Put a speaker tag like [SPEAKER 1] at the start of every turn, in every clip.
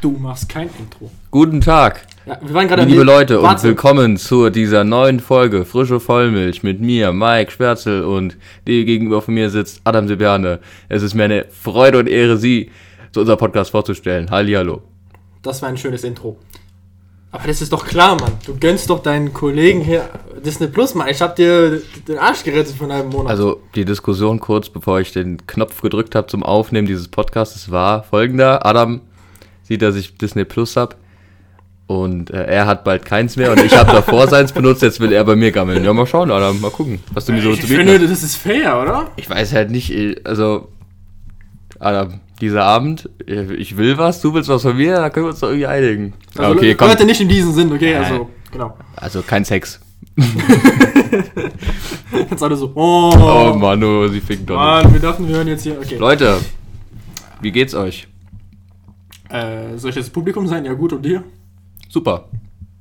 [SPEAKER 1] Du machst kein Intro.
[SPEAKER 2] Guten Tag,
[SPEAKER 1] Ja, wir waren gerade am
[SPEAKER 2] liebe
[SPEAKER 1] Le-
[SPEAKER 2] Leute, und
[SPEAKER 1] Warte.
[SPEAKER 2] willkommen zu dieser neuen Folge Frische Vollmilch mit mir, Mike Schwärzel, und die gegenüber von mir sitzt Adam Sebiane. Es ist mir eine Freude und Ehre, Sie zu unserem Podcast vorzustellen. Hallihallo.
[SPEAKER 1] Das war ein schönes Intro. Aber das ist doch klar, Mann. Du gönnst doch deinen Kollegen hier Disney Plus, Mann. Ich hab dir den Arsch gerettet von einem Monat.
[SPEAKER 2] Also die Diskussion kurz, bevor ich den Knopf gedrückt habe zum Aufnehmen dieses Podcasts, war folgender. Adam sieht, dass ich Disney Plus hab und äh, er hat bald keins mehr und ich habe davor seins benutzt, jetzt will er bei mir gammeln. Ja, mal schauen, Adam, mal gucken, was du mir so
[SPEAKER 1] ich
[SPEAKER 2] zu bieten hast.
[SPEAKER 1] finde, das ist fair, oder?
[SPEAKER 2] Ich weiß halt nicht, eh, also, Adam, dieser Abend, eh, ich will was, du willst was von mir, da können wir uns doch irgendwie einigen. Ah,
[SPEAKER 1] Also,
[SPEAKER 2] okay, komm.
[SPEAKER 1] Leute, nicht in diesem Sinn, okay?
[SPEAKER 2] Nein.
[SPEAKER 1] Also, genau.
[SPEAKER 2] Also kein Sex.
[SPEAKER 1] Jetzt alle so,
[SPEAKER 2] Oh
[SPEAKER 1] oh,
[SPEAKER 2] Mann, oh, sie ficken doch nicht.
[SPEAKER 1] Mann, wir dachten, wir hören jetzt hier, okay.
[SPEAKER 2] Leute, wie geht's euch?
[SPEAKER 1] Äh, soll ich jetzt Publikum sein? Ja, gut, und dir?
[SPEAKER 2] Super.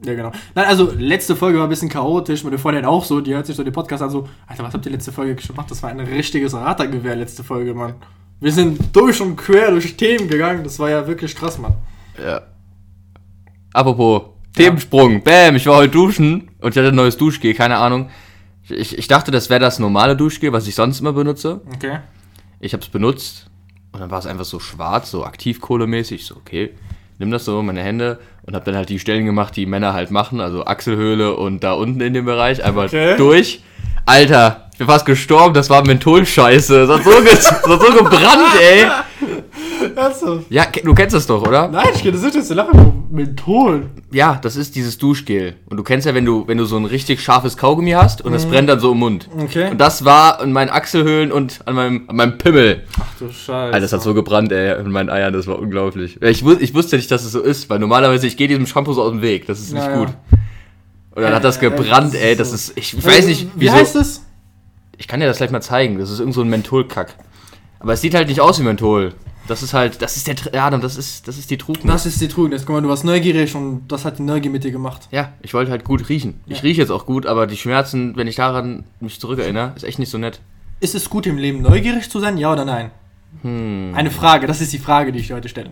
[SPEAKER 1] Ja, genau. Nein, also letzte Folge war ein bisschen chaotisch, meine Freundin auch so, die hört sich so den Podcast an, so, Alter, was habt ihr letzte Folge gemacht? Das war ein richtiges Ratergewehr letzte Folge, Mann. Wir sind durch und quer durch Themen gegangen, das war ja wirklich krass, Mann.
[SPEAKER 2] Apropos, Themensprung, bam, ich war heute duschen und ich hatte ein neues Duschgel, keine Ahnung. Ich, ich dachte, das wäre das normale Duschgel, was ich sonst immer benutze.
[SPEAKER 1] Okay.
[SPEAKER 2] ich habe es benutzt und dann war es einfach so schwarz, so aktivkohlemäßig, so okay, nimm das so in meine Hände und habe dann halt die Stellen gemacht, die Männer halt machen, also Achselhöhle und da unten in dem Bereich, einmal
[SPEAKER 1] Okay.
[SPEAKER 2] durch. Alter, ich bin fast gestorben, das war Mentholscheiße, das hat so, ge das hat so gebrannt, ey.
[SPEAKER 1] Ernsthaft?
[SPEAKER 2] Ja, ke- du kennst das doch, oder?
[SPEAKER 1] Nein, ich kenne das jetzt lachen Menthol.
[SPEAKER 2] Ja, das ist dieses Duschgel und du kennst ja, wenn du wenn du so ein richtig scharfes Kaugummi hast und es brennt dann so im Mund.
[SPEAKER 1] Mhm. Okay.
[SPEAKER 2] Und das war an meinen Achselhöhlen und an meinem an meinem Pimmel.
[SPEAKER 1] Ach du Scheiße.
[SPEAKER 2] Alter, das hat so gebrannt, ey, in meinen Eiern, das war unglaublich. Ich, wus ich wusste nicht, dass es so ist, weil normalerweise, ich gehe diesem Shampoo so aus dem Weg, das ist nicht
[SPEAKER 1] Ja, ja.
[SPEAKER 2] gut. Und dann hat das
[SPEAKER 1] Äh,
[SPEAKER 2] gebrannt,
[SPEAKER 1] das ist
[SPEAKER 2] ey, das
[SPEAKER 1] so.
[SPEAKER 2] ist, ich, ich weiß nicht,
[SPEAKER 1] Äh, Wie
[SPEAKER 2] wieso.
[SPEAKER 1] heißt es?
[SPEAKER 2] Ich kann dir das gleich mal zeigen, das ist irgend so ein Mentholkack. Aber es sieht halt nicht aus wie Menthol. Das ist halt, das ist der, Tr- ja, Adam, das ist, das ist die Trugnis.
[SPEAKER 1] Das ist die Trugnis. Guck mal, du warst neugierig und das hat die Neugier mit dir gemacht.
[SPEAKER 2] Ja, ich wollte halt gut riechen.
[SPEAKER 1] Ja.
[SPEAKER 2] Ich rieche jetzt auch gut, aber die Schmerzen, wenn ich daran mich zurückerinnere, ist echt nicht so nett.
[SPEAKER 1] Ist es gut im Leben neugierig zu sein, ja oder nein? Eine Frage, das ist die Frage, die ich dir heute stelle.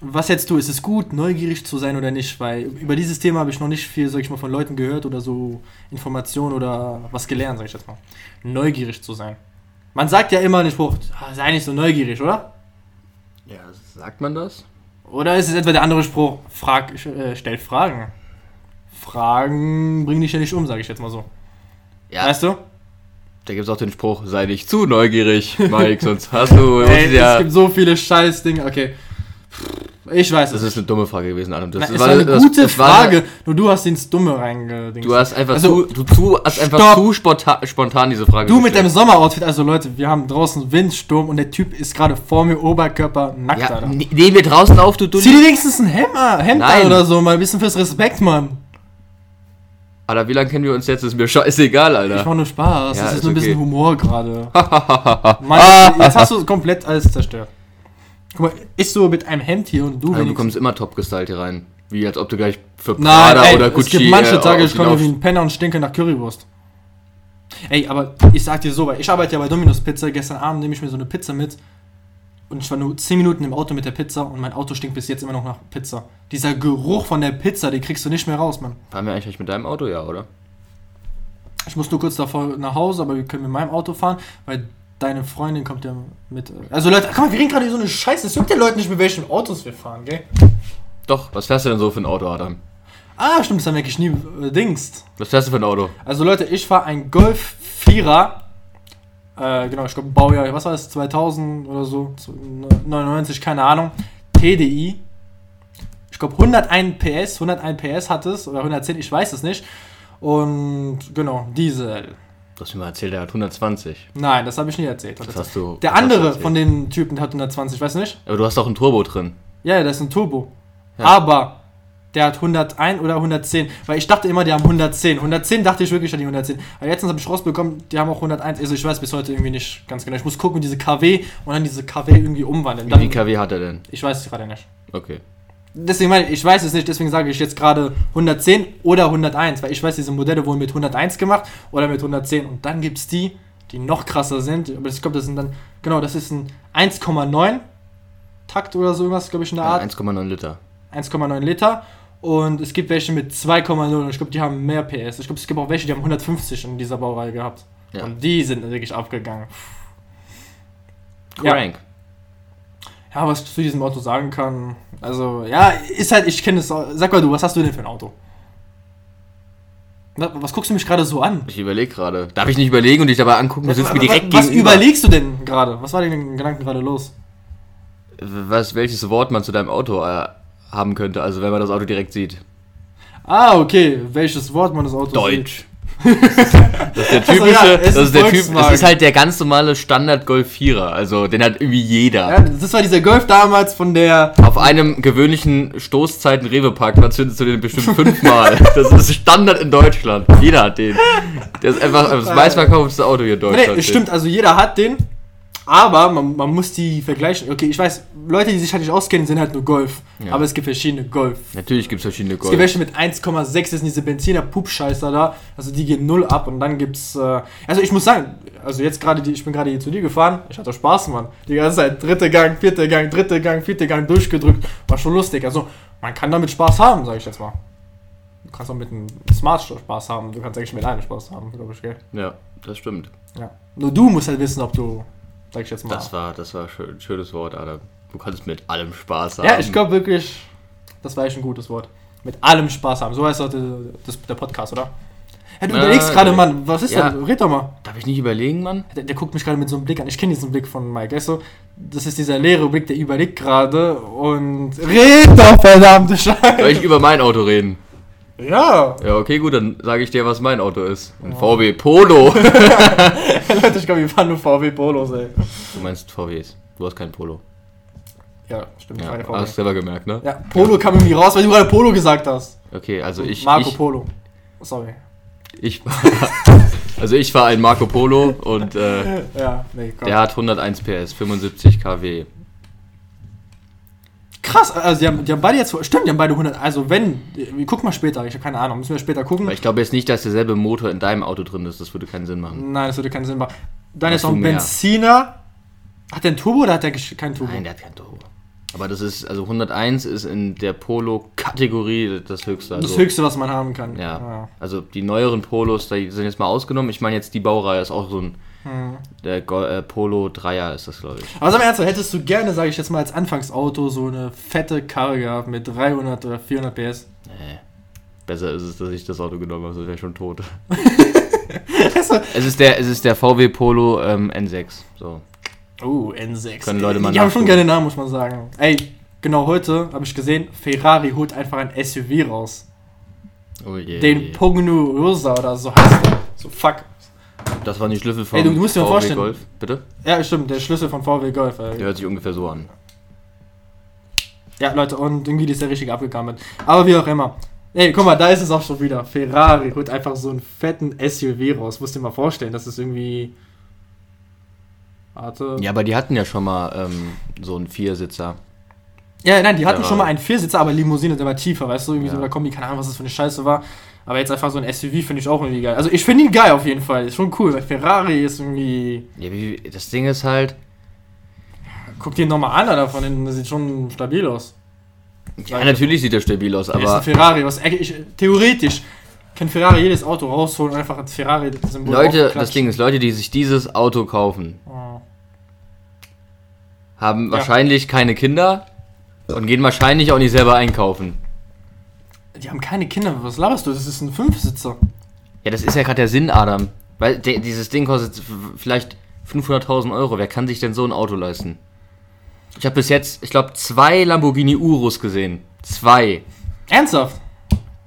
[SPEAKER 1] Was jetzt du, ist es gut, neugierig zu sein oder nicht? Weil über dieses Thema habe ich noch nicht viel, sag ich mal, von Leuten gehört oder so Informationen oder was gelernt, sag ich jetzt mal. Neugierig zu sein. Man sagt ja immer den Spruch, "Ah, sei nicht so neugierig, oder?
[SPEAKER 2] Ja, sagt man das?
[SPEAKER 1] Oder ist es etwa der andere Spruch, frag, äh, stell Fragen. Fragen bringen dich ja nicht um, sage ich jetzt mal so.
[SPEAKER 2] Ja.
[SPEAKER 1] Weißt du?
[SPEAKER 2] Da gibt's auch den Spruch, sei nicht zu neugierig, Mike, sonst hast du,
[SPEAKER 1] Ey,
[SPEAKER 2] ja-
[SPEAKER 1] Es gibt so viele Scheißdinge. Okay. Ich weiß
[SPEAKER 2] Das
[SPEAKER 1] es.
[SPEAKER 2] ist eine dumme Frage gewesen, Adam. Das
[SPEAKER 1] Das ist eine
[SPEAKER 2] das-
[SPEAKER 1] gute
[SPEAKER 2] das war-
[SPEAKER 1] Frage. Nur du hast ins Dumme reingedingt.
[SPEAKER 2] Du hast einfach
[SPEAKER 1] Also,
[SPEAKER 2] zu, du zu, hast einfach
[SPEAKER 1] stopp.
[SPEAKER 2] zu spontan, spontan diese Frage
[SPEAKER 1] Du mit deinem
[SPEAKER 2] gestellt.
[SPEAKER 1] Sommeroutfit, also Leute, wir haben draußen Windsturm und der Typ ist gerade vor mir Oberkörper nackt,
[SPEAKER 2] Ja,
[SPEAKER 1] Alter.
[SPEAKER 2] ne- nehmen wir draußen auf, du du.
[SPEAKER 1] Zieh dir wenigstens ein Hemd, an- Hemd an
[SPEAKER 2] Nein.
[SPEAKER 1] oder so, mal ein bisschen fürs Respekt, Mann.
[SPEAKER 2] Alter, wie lange kennen wir uns jetzt? Ist mir scheißegal,
[SPEAKER 1] Ich
[SPEAKER 2] Alter.
[SPEAKER 1] mach nur Spaß,
[SPEAKER 2] Ja,
[SPEAKER 1] das ist,
[SPEAKER 2] ist
[SPEAKER 1] nur ein bisschen
[SPEAKER 2] okay.
[SPEAKER 1] Humor gerade. Mann, jetzt hast du komplett alles zerstört. Guck mal, ich so mit einem Hemd hier und du
[SPEAKER 2] Also, du
[SPEAKER 1] wenigstens-
[SPEAKER 2] kommst immer top gestylt hier rein. Wie als ob du gleich für
[SPEAKER 1] Nein,
[SPEAKER 2] Prada
[SPEAKER 1] ey,
[SPEAKER 2] oder
[SPEAKER 1] es
[SPEAKER 2] Gucci
[SPEAKER 1] gibt manche
[SPEAKER 2] äh,
[SPEAKER 1] Tage,
[SPEAKER 2] auf
[SPEAKER 1] ich
[SPEAKER 2] die
[SPEAKER 1] komme
[SPEAKER 2] Lauf-
[SPEAKER 1] wie ein Penner und stinke nach Currywurst. Ey, aber ich sag dir so, weil ich arbeite ja bei Domino's Pizza. Gestern Abend nehme ich mir so eine Pizza mit und ich war nur 10 Minuten im Auto mit der Pizza und mein Auto stinkt bis jetzt immer noch nach Pizza. Dieser Geruch von der Pizza, den kriegst du nicht mehr raus, Mann.
[SPEAKER 2] Fahren wir eigentlich mit deinem Auto, ja, oder?
[SPEAKER 1] Ich muss nur kurz davor nach Hause, aber wir können mit meinem Auto fahren, weil deine Freundin kommt ja mit. äh, Also Leute, guck mal, wir reden gerade hier so eine Scheiße. Es juckt den Leuten nicht, mit welchen Autos wir fahren, gell?
[SPEAKER 2] Doch. Was fährst du denn so für ein Auto, Adam?
[SPEAKER 1] Ah, stimmt, das haben wir eigentlich nie äh, dingst.
[SPEAKER 2] Was fährst du für ein Auto?
[SPEAKER 1] Also Leute, ich fahre ein Golf 4er. Äh, genau, ich glaube Baujahr, was war das? 2000 oder so, zu- 99, keine Ahnung. TDI. Ich glaube 101 PS, 101 PS hat es oder 110, ich weiß es nicht. Und genau, Diesel.
[SPEAKER 2] Du hast mir mal erzählt, der hat 120.
[SPEAKER 1] Nein, das habe ich nie erzählt.
[SPEAKER 2] Das hast du.
[SPEAKER 1] Der
[SPEAKER 2] das hast du
[SPEAKER 1] andere
[SPEAKER 2] erzählt.
[SPEAKER 1] von den Typen der hat 120, weiß nicht.
[SPEAKER 2] Aber du hast auch ein Turbo drin.
[SPEAKER 1] Ja, ja, das ist ein Turbo.
[SPEAKER 2] Ja.
[SPEAKER 1] Aber der hat 101 oder 110. Weil ich dachte immer, die haben 110. 110 dachte ich wirklich, an die 110. Aber letztens habe ich rausbekommen, die haben auch 101. Also ich weiß bis heute irgendwie nicht ganz genau. Ich muss gucken, diese KW und dann diese KW irgendwie umwandeln.
[SPEAKER 2] Wie viel
[SPEAKER 1] Dann,
[SPEAKER 2] KW hat er denn?
[SPEAKER 1] ich weiß es gerade nicht.
[SPEAKER 2] Okay.
[SPEAKER 1] Deswegen meine ich, ich weiß es nicht, deswegen sage ich jetzt gerade 110 oder 101, weil ich weiß, diese Modelle wurden mit 101 gemacht oder mit 110. Und dann gibt es die, die noch krasser sind. Aber ich glaube, das sind dann, genau, das ist ein 1,9 Fakt oder so irgendwas, glaube ich, in der Art.
[SPEAKER 2] 1,9 Liter.
[SPEAKER 1] 1,9 Liter. Und es gibt welche mit 2,0 und ich glaube, die haben mehr PS. Ich glaube, es gibt auch welche, die haben 150 in dieser Baureihe gehabt.
[SPEAKER 2] Ja.
[SPEAKER 1] Und die sind wirklich abgegangen. Ja.
[SPEAKER 2] Crank.
[SPEAKER 1] Ja, was ich zu diesem Auto sagen kann, also, ja, ist halt, ich kenne es. auch. Sag mal du, was hast du denn für ein Auto? Was, was guckst du mich gerade so an?
[SPEAKER 2] Ich überlege gerade. Darf ich nicht überlegen und dich dabei angucken? Du sitzt mir direkt
[SPEAKER 1] was, was
[SPEAKER 2] gegenüber.
[SPEAKER 1] überlegst du denn gerade? Was war denn in den Gedanken gerade los?
[SPEAKER 2] Was, welches Wort man zu deinem Auto äh, haben könnte, also wenn man das Auto direkt sieht.
[SPEAKER 1] Ah, okay, welches Wort man das Auto
[SPEAKER 2] Deutsch. das ist der
[SPEAKER 1] Also ja,
[SPEAKER 2] typische,
[SPEAKER 1] es ist
[SPEAKER 2] das ist der typ, das
[SPEAKER 1] Volkswagen.
[SPEAKER 2] ist halt der ganz normale Standard Golf 4er, also den hat irgendwie jeder.
[SPEAKER 1] Ja, das war dieser Golf damals von der.
[SPEAKER 2] Auf einem gewöhnlichen Stoßzeiten Rewe Parkplatz findest du den bestimmt fünfmal. Das ist Standard in Deutschland. Jeder hat den. Der ist einfach das meistverkaufte Auto hier in Deutschland.
[SPEAKER 1] Äh. Nee, stimmt, also jeder hat den, aber man, man muss die vergleichen. Okay, ich weiß, Leute, die sich halt nicht auskennen, sind halt nur Golf.
[SPEAKER 2] Ja.
[SPEAKER 1] Aber es gibt verschiedene Golf.
[SPEAKER 2] Natürlich gibt es verschiedene
[SPEAKER 1] Es gibt
[SPEAKER 2] Golf.
[SPEAKER 1] welche mit 1,6, das sind diese Benziner-Pupscheißer da. Also die gehen null ab und dann gibt's. Äh, also ich muss sagen, also jetzt gerade, die- ich bin gerade hier zu dir gefahren. Ich hatte Spaß, Mann. Die ganze Zeit dritte Gang, vierte Gang, dritte Gang, vierte Gang durchgedrückt. War schon lustig. Also man kann damit Spaß haben, sage ich jetzt mal. Du kannst auch mit einem Smart Spaß haben. Du kannst eigentlich mit allem Spaß haben, glaube ich, gell?
[SPEAKER 2] Ja, das stimmt.
[SPEAKER 1] Ja. Nur du musst halt wissen, ob du, sag ich jetzt mal.
[SPEAKER 2] Das war, das war ein schön, schönes Wort, Adam. Du kannst mit allem Spaß haben.
[SPEAKER 1] ja, ich glaube wirklich, das war echt ein gutes Wort. Mit allem Spaß haben. So heißt doch der- das, der Podcast, oder? Ja, du
[SPEAKER 2] Äh,
[SPEAKER 1] überlegst gerade, Mann, was ist
[SPEAKER 2] ja.
[SPEAKER 1] denn? Red doch mal.
[SPEAKER 2] Darf ich nicht überlegen, Mann?
[SPEAKER 1] Der, der guckt mich gerade mit so einem Blick an. Ich kenne diesen Blick von Mike, weißt du? Das ist dieser leere Blick, der überlegt gerade und. Red doch, verdammte
[SPEAKER 2] Soll
[SPEAKER 1] Scheiße!
[SPEAKER 2] ich über mein Auto reden?
[SPEAKER 1] Ja!
[SPEAKER 2] Ja, okay, gut, dann sage ich dir, was mein Auto ist. Ein VW Polo.
[SPEAKER 1] Leute, ich glaube, wir fahren nur VW Polos, ey.
[SPEAKER 2] Du meinst VWs. Du hast kein Polo.
[SPEAKER 1] Ja, stimmt,
[SPEAKER 2] Ja,
[SPEAKER 1] keine VW.
[SPEAKER 2] hast selber gemerkt, ne?
[SPEAKER 1] Ja, Polo kam irgendwie raus, weil du gerade Polo gesagt hast.
[SPEAKER 2] Okay, also ich.
[SPEAKER 1] Marco
[SPEAKER 2] ich,
[SPEAKER 1] Polo. Sorry.
[SPEAKER 2] Ich Also ich war ein Marco Polo und äh,
[SPEAKER 1] Ja, nee, komm.
[SPEAKER 2] der hat 101 PS, 75 kW.
[SPEAKER 1] Krass, also die haben, die haben beide jetzt, stimmt, die haben beide 100, also wenn, wir gucken mal später, ich habe keine Ahnung, müssen wir später gucken.
[SPEAKER 2] Aber ich glaube jetzt nicht, dass derselbe Motor in deinem Auto drin ist, das würde keinen Sinn machen.
[SPEAKER 1] Nein, das würde keinen Sinn machen. Dann ist
[SPEAKER 2] Hast
[SPEAKER 1] noch
[SPEAKER 2] du
[SPEAKER 1] ein
[SPEAKER 2] mehr?
[SPEAKER 1] Benziner. Hat der einen Turbo oder hat der gesch- keinen Turbo?
[SPEAKER 2] Nein, der hat keinen Turbo. Aber das ist, also 101 ist in der Polo-Kategorie das höchste. Also,
[SPEAKER 1] das Höchste, was man haben kann.
[SPEAKER 2] Ja. Also die neueren Polos, die sind jetzt mal ausgenommen. Ich meine jetzt die Baureihe ist auch so ein
[SPEAKER 1] Hm.
[SPEAKER 2] der Go äh, Polo 3er ist das, glaube ich.
[SPEAKER 1] Aber sag mal ernsthaft, hättest du gerne, sage ich jetzt mal, als Anfangsauto so eine fette Karre gehabt mit 300 oder 400 PS?
[SPEAKER 2] Nee. Besser ist es, dass ich das Auto genommen habe, sonst wäre ich schon tot.
[SPEAKER 1] Weißt du?
[SPEAKER 2] es ist der, es ist der VW Polo ähm, N6. So.
[SPEAKER 1] oh, N6.
[SPEAKER 2] Können Leute mal
[SPEAKER 1] Die haben schon
[SPEAKER 2] nachgucken.
[SPEAKER 1] gerne Namen, muss man sagen. Ey, genau heute habe ich gesehen, Ferrari holt einfach ein SUV raus.
[SPEAKER 2] Oh je.
[SPEAKER 1] Den Pugno Rosa oder so heißt der. So, fuck.
[SPEAKER 2] Das waren die Schlüssel von
[SPEAKER 1] Ey, du musst dir mal
[SPEAKER 2] VW
[SPEAKER 1] vorstellen.
[SPEAKER 2] Golf. Bitte?
[SPEAKER 1] Ja, stimmt, der Schlüssel von VW Golf. Ey.
[SPEAKER 2] Der hört sich ungefähr so an.
[SPEAKER 1] Ja, Leute, und irgendwie ist der richtig abgegangen. Aber wie auch immer. Ey, guck mal, da ist es auch schon wieder. Ferrari holt einfach so einen fetten SUV raus. Musst dir mal vorstellen, das ist irgendwie. Warte.
[SPEAKER 2] Ja, aber die hatten ja schon mal ähm, so einen Viersitzer.
[SPEAKER 1] Ja, nein, die hatten
[SPEAKER 2] Ferrari.
[SPEAKER 1] schon mal einen Viersitzer, aber Limousine, der war tiefer, weißt du? Irgendwie
[SPEAKER 2] Ja.
[SPEAKER 1] so, da kommen die, keine Ahnung, was das für eine Scheiße war. Aber jetzt einfach so ein SUV finde ich auch irgendwie geil. Also, ich finde ihn geil auf jeden Fall. Ist schon cool, weil Ferrari ist irgendwie.
[SPEAKER 2] Ja, wie, das Ding ist halt.
[SPEAKER 1] Guck dir nochmal an, Alter, von hinten. Das sieht schon stabil aus.
[SPEAKER 2] Ja, natürlich sieht der stabil aus,
[SPEAKER 1] Aber ist ein
[SPEAKER 2] aber.
[SPEAKER 1] Ferrari, was ich, theoretisch kann Ferrari jedes Auto rausholen, einfach als Ferrari-Symbol.
[SPEAKER 2] Leute,
[SPEAKER 1] draufklatschen.
[SPEAKER 2] das Ding ist, Leute, die sich dieses Auto kaufen,
[SPEAKER 1] Oh.
[SPEAKER 2] haben
[SPEAKER 1] Ja.
[SPEAKER 2] wahrscheinlich keine Kinder und gehen wahrscheinlich auch nicht selber einkaufen.
[SPEAKER 1] Die haben keine Kinder, was laberst du? Das ist ein Fünfsitzer.
[SPEAKER 2] Ja, das ist ja gerade der Sinn, Adam. Weil de- dieses Ding kostet f- vielleicht 500.000 Euro. Wer kann sich denn so ein Auto leisten? Ich habe bis jetzt, ich glaube, zwei Lamborghini Urus gesehen. Zwei.
[SPEAKER 1] Ernsthaft?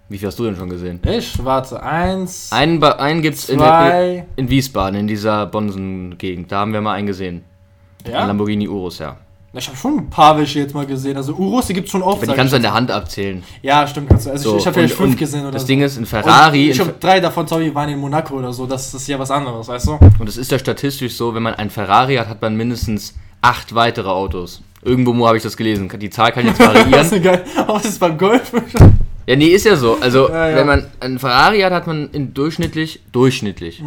[SPEAKER 2] Wie viel hast du denn schon gesehen?
[SPEAKER 1] Ich warte. Eins,
[SPEAKER 2] Einen, ba- einen gibt's in, der,
[SPEAKER 1] zwei.
[SPEAKER 2] in Wiesbaden, in dieser Bonsen-Gegend. Da haben wir mal einen gesehen. Ein
[SPEAKER 1] ja?
[SPEAKER 2] Lamborghini Urus, ja.
[SPEAKER 1] Ich habe schon ein paar welche jetzt mal gesehen. Also Urus, die gibt's schon oft.
[SPEAKER 2] Aber die
[SPEAKER 1] sag
[SPEAKER 2] kannst du
[SPEAKER 1] ich.
[SPEAKER 2] an der Hand abzählen.
[SPEAKER 1] ja, stimmt. Kannst du. Also
[SPEAKER 2] So,
[SPEAKER 1] ich, ich habe vielleicht
[SPEAKER 2] und-
[SPEAKER 1] fünf
[SPEAKER 2] und
[SPEAKER 1] gesehen oder
[SPEAKER 2] Das
[SPEAKER 1] so.
[SPEAKER 2] Ding ist, ein
[SPEAKER 1] Und
[SPEAKER 2] Ferrari,
[SPEAKER 1] Ich
[SPEAKER 2] ein
[SPEAKER 1] habe drei davon, sorry, waren in Monaco oder so. Das ist ja was anderes, weißt du?
[SPEAKER 2] Und es ist ja statistisch so, wenn man einen Ferrari hat, hat man mindestens acht weitere Autos. Irgendwo habe ich das gelesen. Die Zahl kann jetzt
[SPEAKER 1] Das ist
[SPEAKER 2] variieren.
[SPEAKER 1] eine geil. Aber das ist beim Golf.
[SPEAKER 2] ja, nee, ist ja so. Also,
[SPEAKER 1] Ja, ja.
[SPEAKER 2] wenn man einen Ferrari hat, hat man in durchschnittlich, durchschnittlich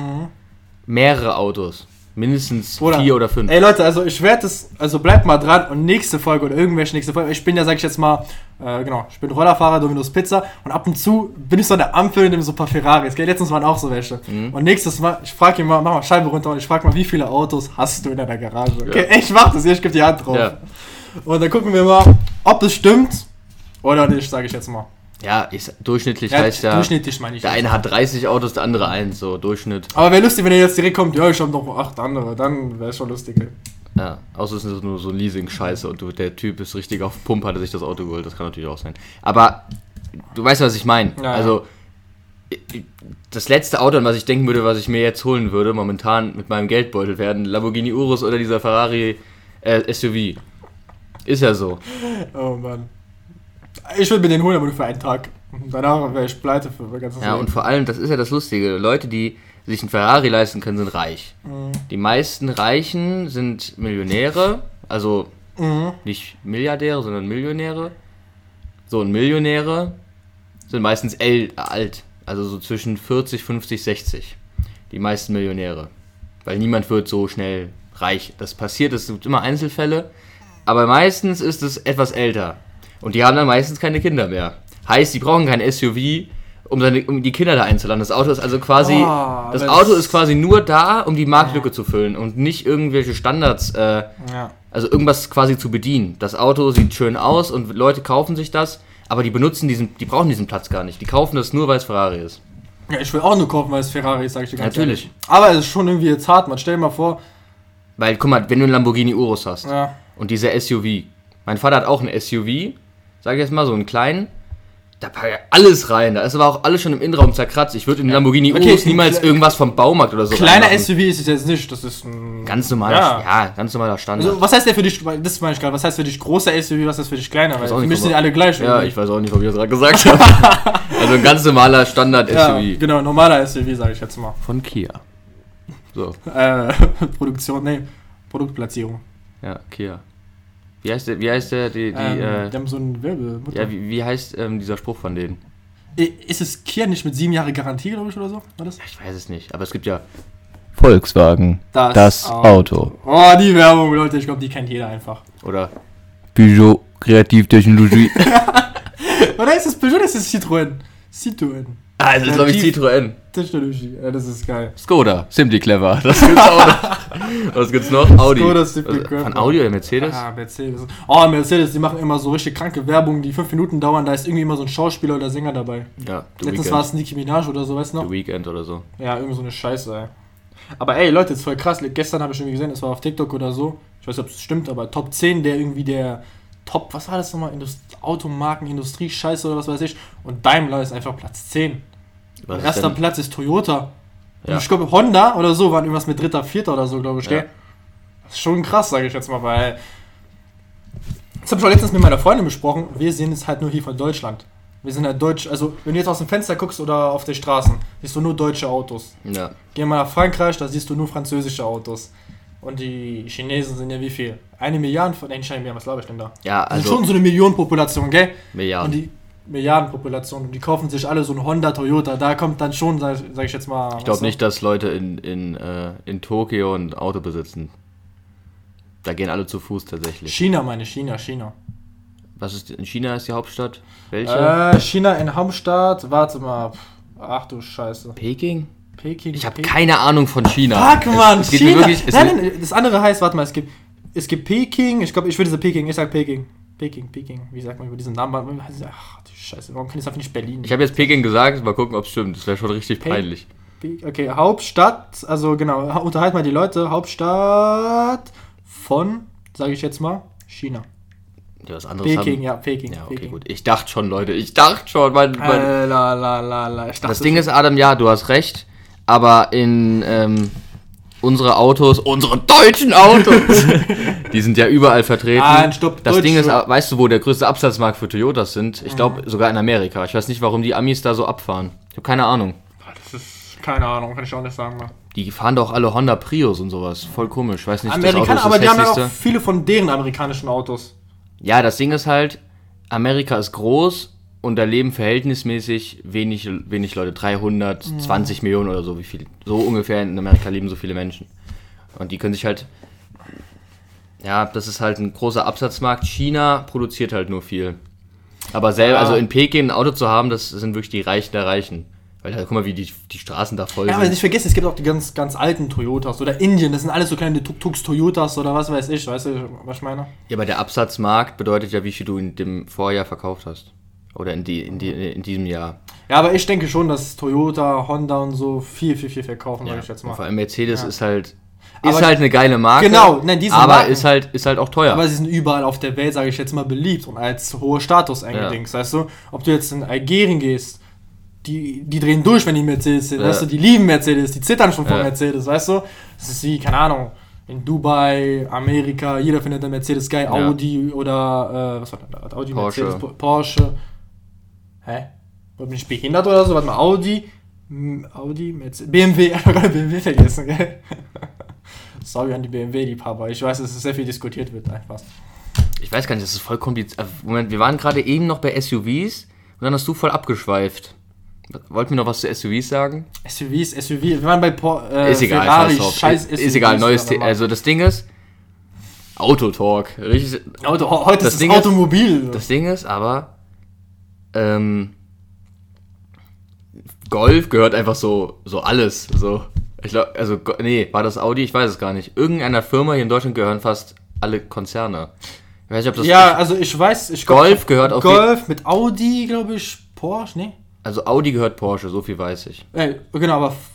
[SPEAKER 2] mehrere Autos. Mindestens
[SPEAKER 1] Mhm. Bruder,
[SPEAKER 2] vier oder fünf.
[SPEAKER 1] Ey Leute, also ich werde es, also bleibt mal dran und nächste Folge oder irgendwelche nächste Folge. Ich bin ja, sag ich jetzt mal, äh, genau, ich bin Rollerfahrer, Dominos Pizza und ab und zu bin ich so an der Ampel mit dem so ein paar Ferraris. Gell? Letztens waren auch so welche.
[SPEAKER 2] Mhm.
[SPEAKER 1] Und nächstes Mal, ich frage ihn mal, mach mal Scheibe runter und ich frage mal, wie viele Autos hast du in deiner Garage? Okay, ich mach das hier, ich gebe die Hand drauf.
[SPEAKER 2] Ja.
[SPEAKER 1] Und dann gucken wir mal, ob es stimmt oder nicht, sage ich jetzt mal.
[SPEAKER 2] Ja, ich, durchschnittlich
[SPEAKER 1] Ja,
[SPEAKER 2] heißt ja,
[SPEAKER 1] durchschnittlich meine ich.
[SPEAKER 2] der
[SPEAKER 1] jetzt.
[SPEAKER 2] eine hat 30 Autos, der andere eins, so Durchschnitt.
[SPEAKER 1] Aber wäre lustig, wenn ihr jetzt direkt kommt, ja, ich habe noch acht andere, dann wäre es schon lustig. Ey.
[SPEAKER 2] Ja, außer es ist nur so Leasing-Scheiße und du, der Typ ist richtig auf Pump, hat er sich das Auto geholt, das kann natürlich auch sein. Aber du weißt, was ich meine.
[SPEAKER 1] Ja, ja.
[SPEAKER 2] also, i- i- das letzte Auto, an was ich denken würde, was ich mir jetzt holen würde, momentan mit meinem Geldbeutel, werden Lamborghini Urus oder dieser Ferrari äh, SUV. Ist ja so.
[SPEAKER 1] Oh Mann. Ich würde mir den holen, aber nur für einen Tag. Und Danach wäre ich pleite für mein ganzes
[SPEAKER 2] Ja,
[SPEAKER 1] Leben.
[SPEAKER 2] und vor allem, das ist ja das Lustige, Leute, die sich einen Ferrari leisten können, sind reich. Die meisten Reichen sind Millionäre, also nicht Milliardäre, sondern Millionäre. So, und Millionäre sind meistens el- alt, also so zwischen 40, 50, 60. Die meisten Millionäre. Weil niemand wird so schnell reich. Das passiert, es gibt immer Einzelfälle, aber meistens ist es etwas älter. Und die haben dann meistens keine Kinder mehr. Heißt, die brauchen kein SUV, um, seine, um die Kinder da einzuladen. Das Auto ist also quasi,
[SPEAKER 1] Ah,
[SPEAKER 2] das
[SPEAKER 1] das-
[SPEAKER 2] Auto ist quasi nur da, um die Marktlücke zu füllen und nicht irgendwelche Standards äh,
[SPEAKER 1] ja.
[SPEAKER 2] also irgendwas quasi zu bedienen. Das Auto sieht schön aus und Leute kaufen sich das, aber die benutzen diesen, die brauchen diesen Platz gar nicht. Die kaufen das nur, weil es Ferrari ist.
[SPEAKER 1] ja, ich will auch nur kaufen, weil es Ferrari ist, sag ich dir ganz
[SPEAKER 2] Natürlich.
[SPEAKER 1] Ehrlich. Aber es ist schon irgendwie jetzt hart, man. Stell dir mal vor,
[SPEAKER 2] Weil, guck mal, wenn du einen Lamborghini Urus hast
[SPEAKER 1] ja,
[SPEAKER 2] und dieser SUV, mein Vater hat auch einen SUV, sag ich jetzt mal, so einen kleinen, da packt er alles rein. Da ist aber auch alles schon im Innenraum zerkratzt. Ich würde in einen Lamborghini
[SPEAKER 1] Okay,
[SPEAKER 2] Urus niemals
[SPEAKER 1] kle-
[SPEAKER 2] irgendwas vom Baumarkt oder so
[SPEAKER 1] kleiner
[SPEAKER 2] reinmachen.
[SPEAKER 1] SUV ist es jetzt nicht. Das ist ein.
[SPEAKER 2] Ganz normaler,
[SPEAKER 1] Ja.
[SPEAKER 2] ja. ganz normaler Standard.
[SPEAKER 1] Also, was heißt der für dich? weil Das meine ich gerade. Was heißt für dich großer SUV? Was heißt für dich kleiner? Weil
[SPEAKER 2] auch
[SPEAKER 1] für
[SPEAKER 2] nicht,
[SPEAKER 1] mich sind die
[SPEAKER 2] aber-
[SPEAKER 1] alle gleich.
[SPEAKER 2] ja,
[SPEAKER 1] irgendwie.
[SPEAKER 2] ich weiß auch nicht, ob ich das gerade gesagt habe. also ein ganz normaler Standard-SUV
[SPEAKER 1] ja, genau. Normaler SUV, sage ich jetzt mal.
[SPEAKER 2] von Kia. So.
[SPEAKER 1] Äh, Produktion, nee, Produktplatzierung.
[SPEAKER 2] Ja, Kia. Wie heißt der, wie heißt der, die, die,
[SPEAKER 1] ähm,
[SPEAKER 2] äh,
[SPEAKER 1] die haben so einen Wirbel.
[SPEAKER 2] ja, wie, wie heißt ähm, dieser Spruch von denen?
[SPEAKER 1] Ist es Kia nicht mit sieben Jahre Garantie, glaube ich, oder so? War das?
[SPEAKER 2] Ich weiß es nicht, aber es gibt ja Volkswagen,
[SPEAKER 1] Das,
[SPEAKER 2] Auto.
[SPEAKER 1] Oh, die Werbung, Leute, ich glaube, die kennt jeder einfach.
[SPEAKER 2] Oder
[SPEAKER 3] Peugeot Kreativtechnologie.
[SPEAKER 1] Oder ist es Peugeot, oder ist es Citroën? Citroën.
[SPEAKER 2] Ah, das ist glaube ich
[SPEAKER 1] Tief-
[SPEAKER 2] Citroën.
[SPEAKER 1] Technologie, ja, das ist geil.
[SPEAKER 2] Skoda, Simply Clever, das gibt's auch noch. Was gibt's noch? Audi.
[SPEAKER 1] Skoda, Simply
[SPEAKER 2] Also, Von
[SPEAKER 1] Clever.
[SPEAKER 2] Audi oder Mercedes?
[SPEAKER 1] Ah, Mercedes. Oh, Mercedes, die machen immer so richtig kranke Werbung, die fünf Minuten dauern, da ist irgendwie immer so ein Schauspieler oder Sänger dabei.
[SPEAKER 2] Ja, The
[SPEAKER 1] Letztens war es Nicki Minaj oder so, weißt du noch?
[SPEAKER 2] The Weekend oder so.
[SPEAKER 1] Ja, irgendwie so eine Scheiße, ey. Aber ey, Leute, das ist voll krass. Gestern habe ich irgendwie gesehen, das war auf TikTok oder so. Ich weiß nicht, ob es stimmt, aber Top 10 der irgendwie der Top, was war das nochmal? Indust Automarken, Industrie, Scheiße oder was weiß ich. Und Daimler ist einfach Platz 10.
[SPEAKER 2] Was ist
[SPEAKER 1] Erster
[SPEAKER 2] denn-
[SPEAKER 1] Platz ist Toyota.
[SPEAKER 2] Ja.
[SPEAKER 1] Und ich glaube, Honda oder so waren irgendwas mit dritter, vierter oder so, glaube ich, gell?
[SPEAKER 2] Ja.
[SPEAKER 1] Das ist schon krass, sage ich jetzt mal, weil. Das habe ich auch letztens mit meiner Freundin besprochen. Wir sehen es halt nur hier von Deutschland. Wir sind halt deutsch. Also, wenn du jetzt aus dem Fenster guckst oder auf den Straßen, siehst du nur deutsche Autos.
[SPEAKER 2] Ja.
[SPEAKER 1] Geh mal nach Frankreich, da siehst du nur französische Autos. Und die Chinesen sind ja wie viel? Eine Milliarde von. Nein, nicht eine Milliarde, was glaube ich denn da?
[SPEAKER 2] ja,
[SPEAKER 1] Das ist
[SPEAKER 2] also
[SPEAKER 1] schon so eine Millionenpopulation, gell?
[SPEAKER 2] Milliarden.
[SPEAKER 1] Und die Milliardenpopulation, und die kaufen sich alle so einen Honda, Toyota. Da kommt dann schon, sag, sag ich jetzt mal. ne?
[SPEAKER 2] Ich glaube nicht, dass Leute in, in, äh, in Tokio ein Auto besitzen. Da gehen alle zu Fuß tatsächlich.
[SPEAKER 1] China, meine China, China.
[SPEAKER 2] Was ist in China ist die Hauptstadt? Welche?
[SPEAKER 1] Äh, China in Hamstadt, warte mal. Pff, Ach du Scheiße.
[SPEAKER 2] Peking?
[SPEAKER 1] Peking.
[SPEAKER 2] Ich habe
[SPEAKER 1] Peking.
[SPEAKER 2] keine Ahnung von China.
[SPEAKER 1] Fuck, Mann,
[SPEAKER 2] es, es geht
[SPEAKER 1] China.
[SPEAKER 2] Mir wirklich, es
[SPEAKER 1] nein, nein, das andere heißt, warte mal, es gibt, es gibt Peking, ich glaube, ich würde sagen Peking, ich sag Peking. Peking, Peking, wie sagt man über diesen Namen? Ach, die Scheiße, warum kann ich das einfach nicht Berlin?
[SPEAKER 2] Ich habe jetzt Peking gesagt, mal gucken, ob es stimmt. Das wäre schon richtig
[SPEAKER 1] Pe-
[SPEAKER 2] peinlich.
[SPEAKER 1] Pe- Okay, Hauptstadt, also genau, ha- unterhalt mal die Leute, Hauptstadt von, sage ich jetzt mal, China.
[SPEAKER 2] Ja, was anderes
[SPEAKER 1] Peking,
[SPEAKER 2] haben.
[SPEAKER 1] ja, Peking.
[SPEAKER 2] Ja, okay,
[SPEAKER 1] Peking.
[SPEAKER 2] gut. Ich dachte schon, Leute. Ich dachte schon. Mein, mein,
[SPEAKER 1] Äh, la, la, la, la. Ich dachte,
[SPEAKER 2] das Ding ist, Adam, ja, du hast recht. Aber in ähm, unsere Autos, unsere deutschen Autos, die sind ja überall vertreten.
[SPEAKER 1] Nein, stopp,
[SPEAKER 2] Das
[SPEAKER 1] Deutsch,
[SPEAKER 2] Ding ist, äh,
[SPEAKER 1] stopp.
[SPEAKER 2] weißt du, wo der größte Absatzmarkt für Toyotas sind? Ich glaube
[SPEAKER 1] Mhm.
[SPEAKER 2] sogar in Amerika. Ich weiß nicht, warum die Amis da so abfahren. Ich habe keine Ahnung.
[SPEAKER 1] das ist, keine Ahnung, kann ich auch nicht sagen. Ne?
[SPEAKER 2] Die fahren doch alle Honda Prius und sowas. Voll komisch. Ich weiß nicht,
[SPEAKER 1] Amerikaner, aber die haben ja auch
[SPEAKER 2] hässlichste.
[SPEAKER 1] viele von deren amerikanischen Autos.
[SPEAKER 2] Ja, das Ding ist halt, Amerika ist groß und da leben verhältnismäßig wenig, wenig Leute. 320 Millionen oder so, wie viel. So ungefähr in Amerika leben so viele Menschen. Und die können sich halt. Ja, das ist halt ein großer Absatzmarkt. China produziert halt nur viel. Aber selber,
[SPEAKER 1] Ja.
[SPEAKER 2] also in Peking ein Auto zu haben, das sind wirklich die Reichen der Reichen. Weil da, guck mal, wie die, die Straßen da voll
[SPEAKER 1] Ja, aber
[SPEAKER 2] sind.
[SPEAKER 1] nicht vergessen, es gibt auch die ganz, ganz alten Toyotas oder Indien, das sind alles so kleine Tuk-Tuks, Toyotas oder was weiß ich, weißt du, was ich meine?
[SPEAKER 2] Ja, aber der Absatzmarkt bedeutet ja, wie viel du in dem Vorjahr verkauft hast. Oder in, die, in, die,
[SPEAKER 1] Mhm.
[SPEAKER 2] in diesem Jahr.
[SPEAKER 1] Ja, aber ich denke schon, dass Toyota, Honda und so viel, viel, viel verkaufen, sag ich jetzt
[SPEAKER 2] Und Vor
[SPEAKER 1] mal.
[SPEAKER 2] allem Mercedes
[SPEAKER 1] Ja.
[SPEAKER 2] ist halt. Ist
[SPEAKER 1] Aber-
[SPEAKER 2] halt eine geile Marke.
[SPEAKER 1] Genau, nein, diese
[SPEAKER 2] Aber
[SPEAKER 1] Marken-
[SPEAKER 2] ist halt, ist halt auch teuer.
[SPEAKER 1] Aber sie sind überall auf der Welt, sage ich jetzt mal, beliebt und als hoher Status eingedingst, weißt du? Ob du jetzt in Algerien gehst, die, die drehen durch, wenn die Mercedes sind,
[SPEAKER 2] Ja.
[SPEAKER 1] weißt du? Die lieben Mercedes, die zittern schon vor
[SPEAKER 2] Ja.
[SPEAKER 1] Mercedes, weißt du? Das ist wie, keine Ahnung, in Dubai, Amerika, jeder findet einen Mercedes geil,
[SPEAKER 2] Ja.
[SPEAKER 1] Audi oder, äh, was war das? Audi,
[SPEAKER 2] Porsche.
[SPEAKER 1] Mercedes, Po- Porsche. Hä? Wollt mich behindert oder so? Warte mal, Audi, M- Audi, Mercedes, BMW, ich hab gerade BMW vergessen, gell? Sorry an die BMW-Liebhaber. Ich weiß, dass es sehr viel diskutiert wird, einfach.
[SPEAKER 2] Ich weiß gar nicht, das ist voll kompliziert. Moment, wir waren gerade eben noch bei SUVs und dann hast du voll abgeschweift. Wollten wir noch was zu SUVs sagen?
[SPEAKER 1] SUVs, SUV, wir waren bei Por äh,
[SPEAKER 2] ist egal,
[SPEAKER 1] Ferrari,
[SPEAKER 2] scheiß drauf.
[SPEAKER 1] scheiß
[SPEAKER 2] ist, ist egal, neues
[SPEAKER 1] Thema.
[SPEAKER 2] Thema. Also das Ding ist, Autotalk. Richtig,
[SPEAKER 1] Auto, ho- heute
[SPEAKER 2] Das
[SPEAKER 1] ist
[SPEAKER 2] Ding
[SPEAKER 1] es
[SPEAKER 2] ist-
[SPEAKER 1] Automobil.
[SPEAKER 2] das Ding ist aber, ähm, Golf gehört einfach so, so alles. So. Ich glaub, also, Go- nee, war das Audi? Ich weiß es gar nicht. Irgendeiner Firma hier in Deutschland gehören fast alle Konzerne. Ich weiß nicht, ob das
[SPEAKER 1] ja, also ich weiß, ich glaub,
[SPEAKER 2] Golf gehört auf
[SPEAKER 1] Golf mit Audi, glaube ich, Porsche, ne?
[SPEAKER 2] Also Audi gehört Porsche, so viel weiß ich.
[SPEAKER 1] Äh, genau, aber f-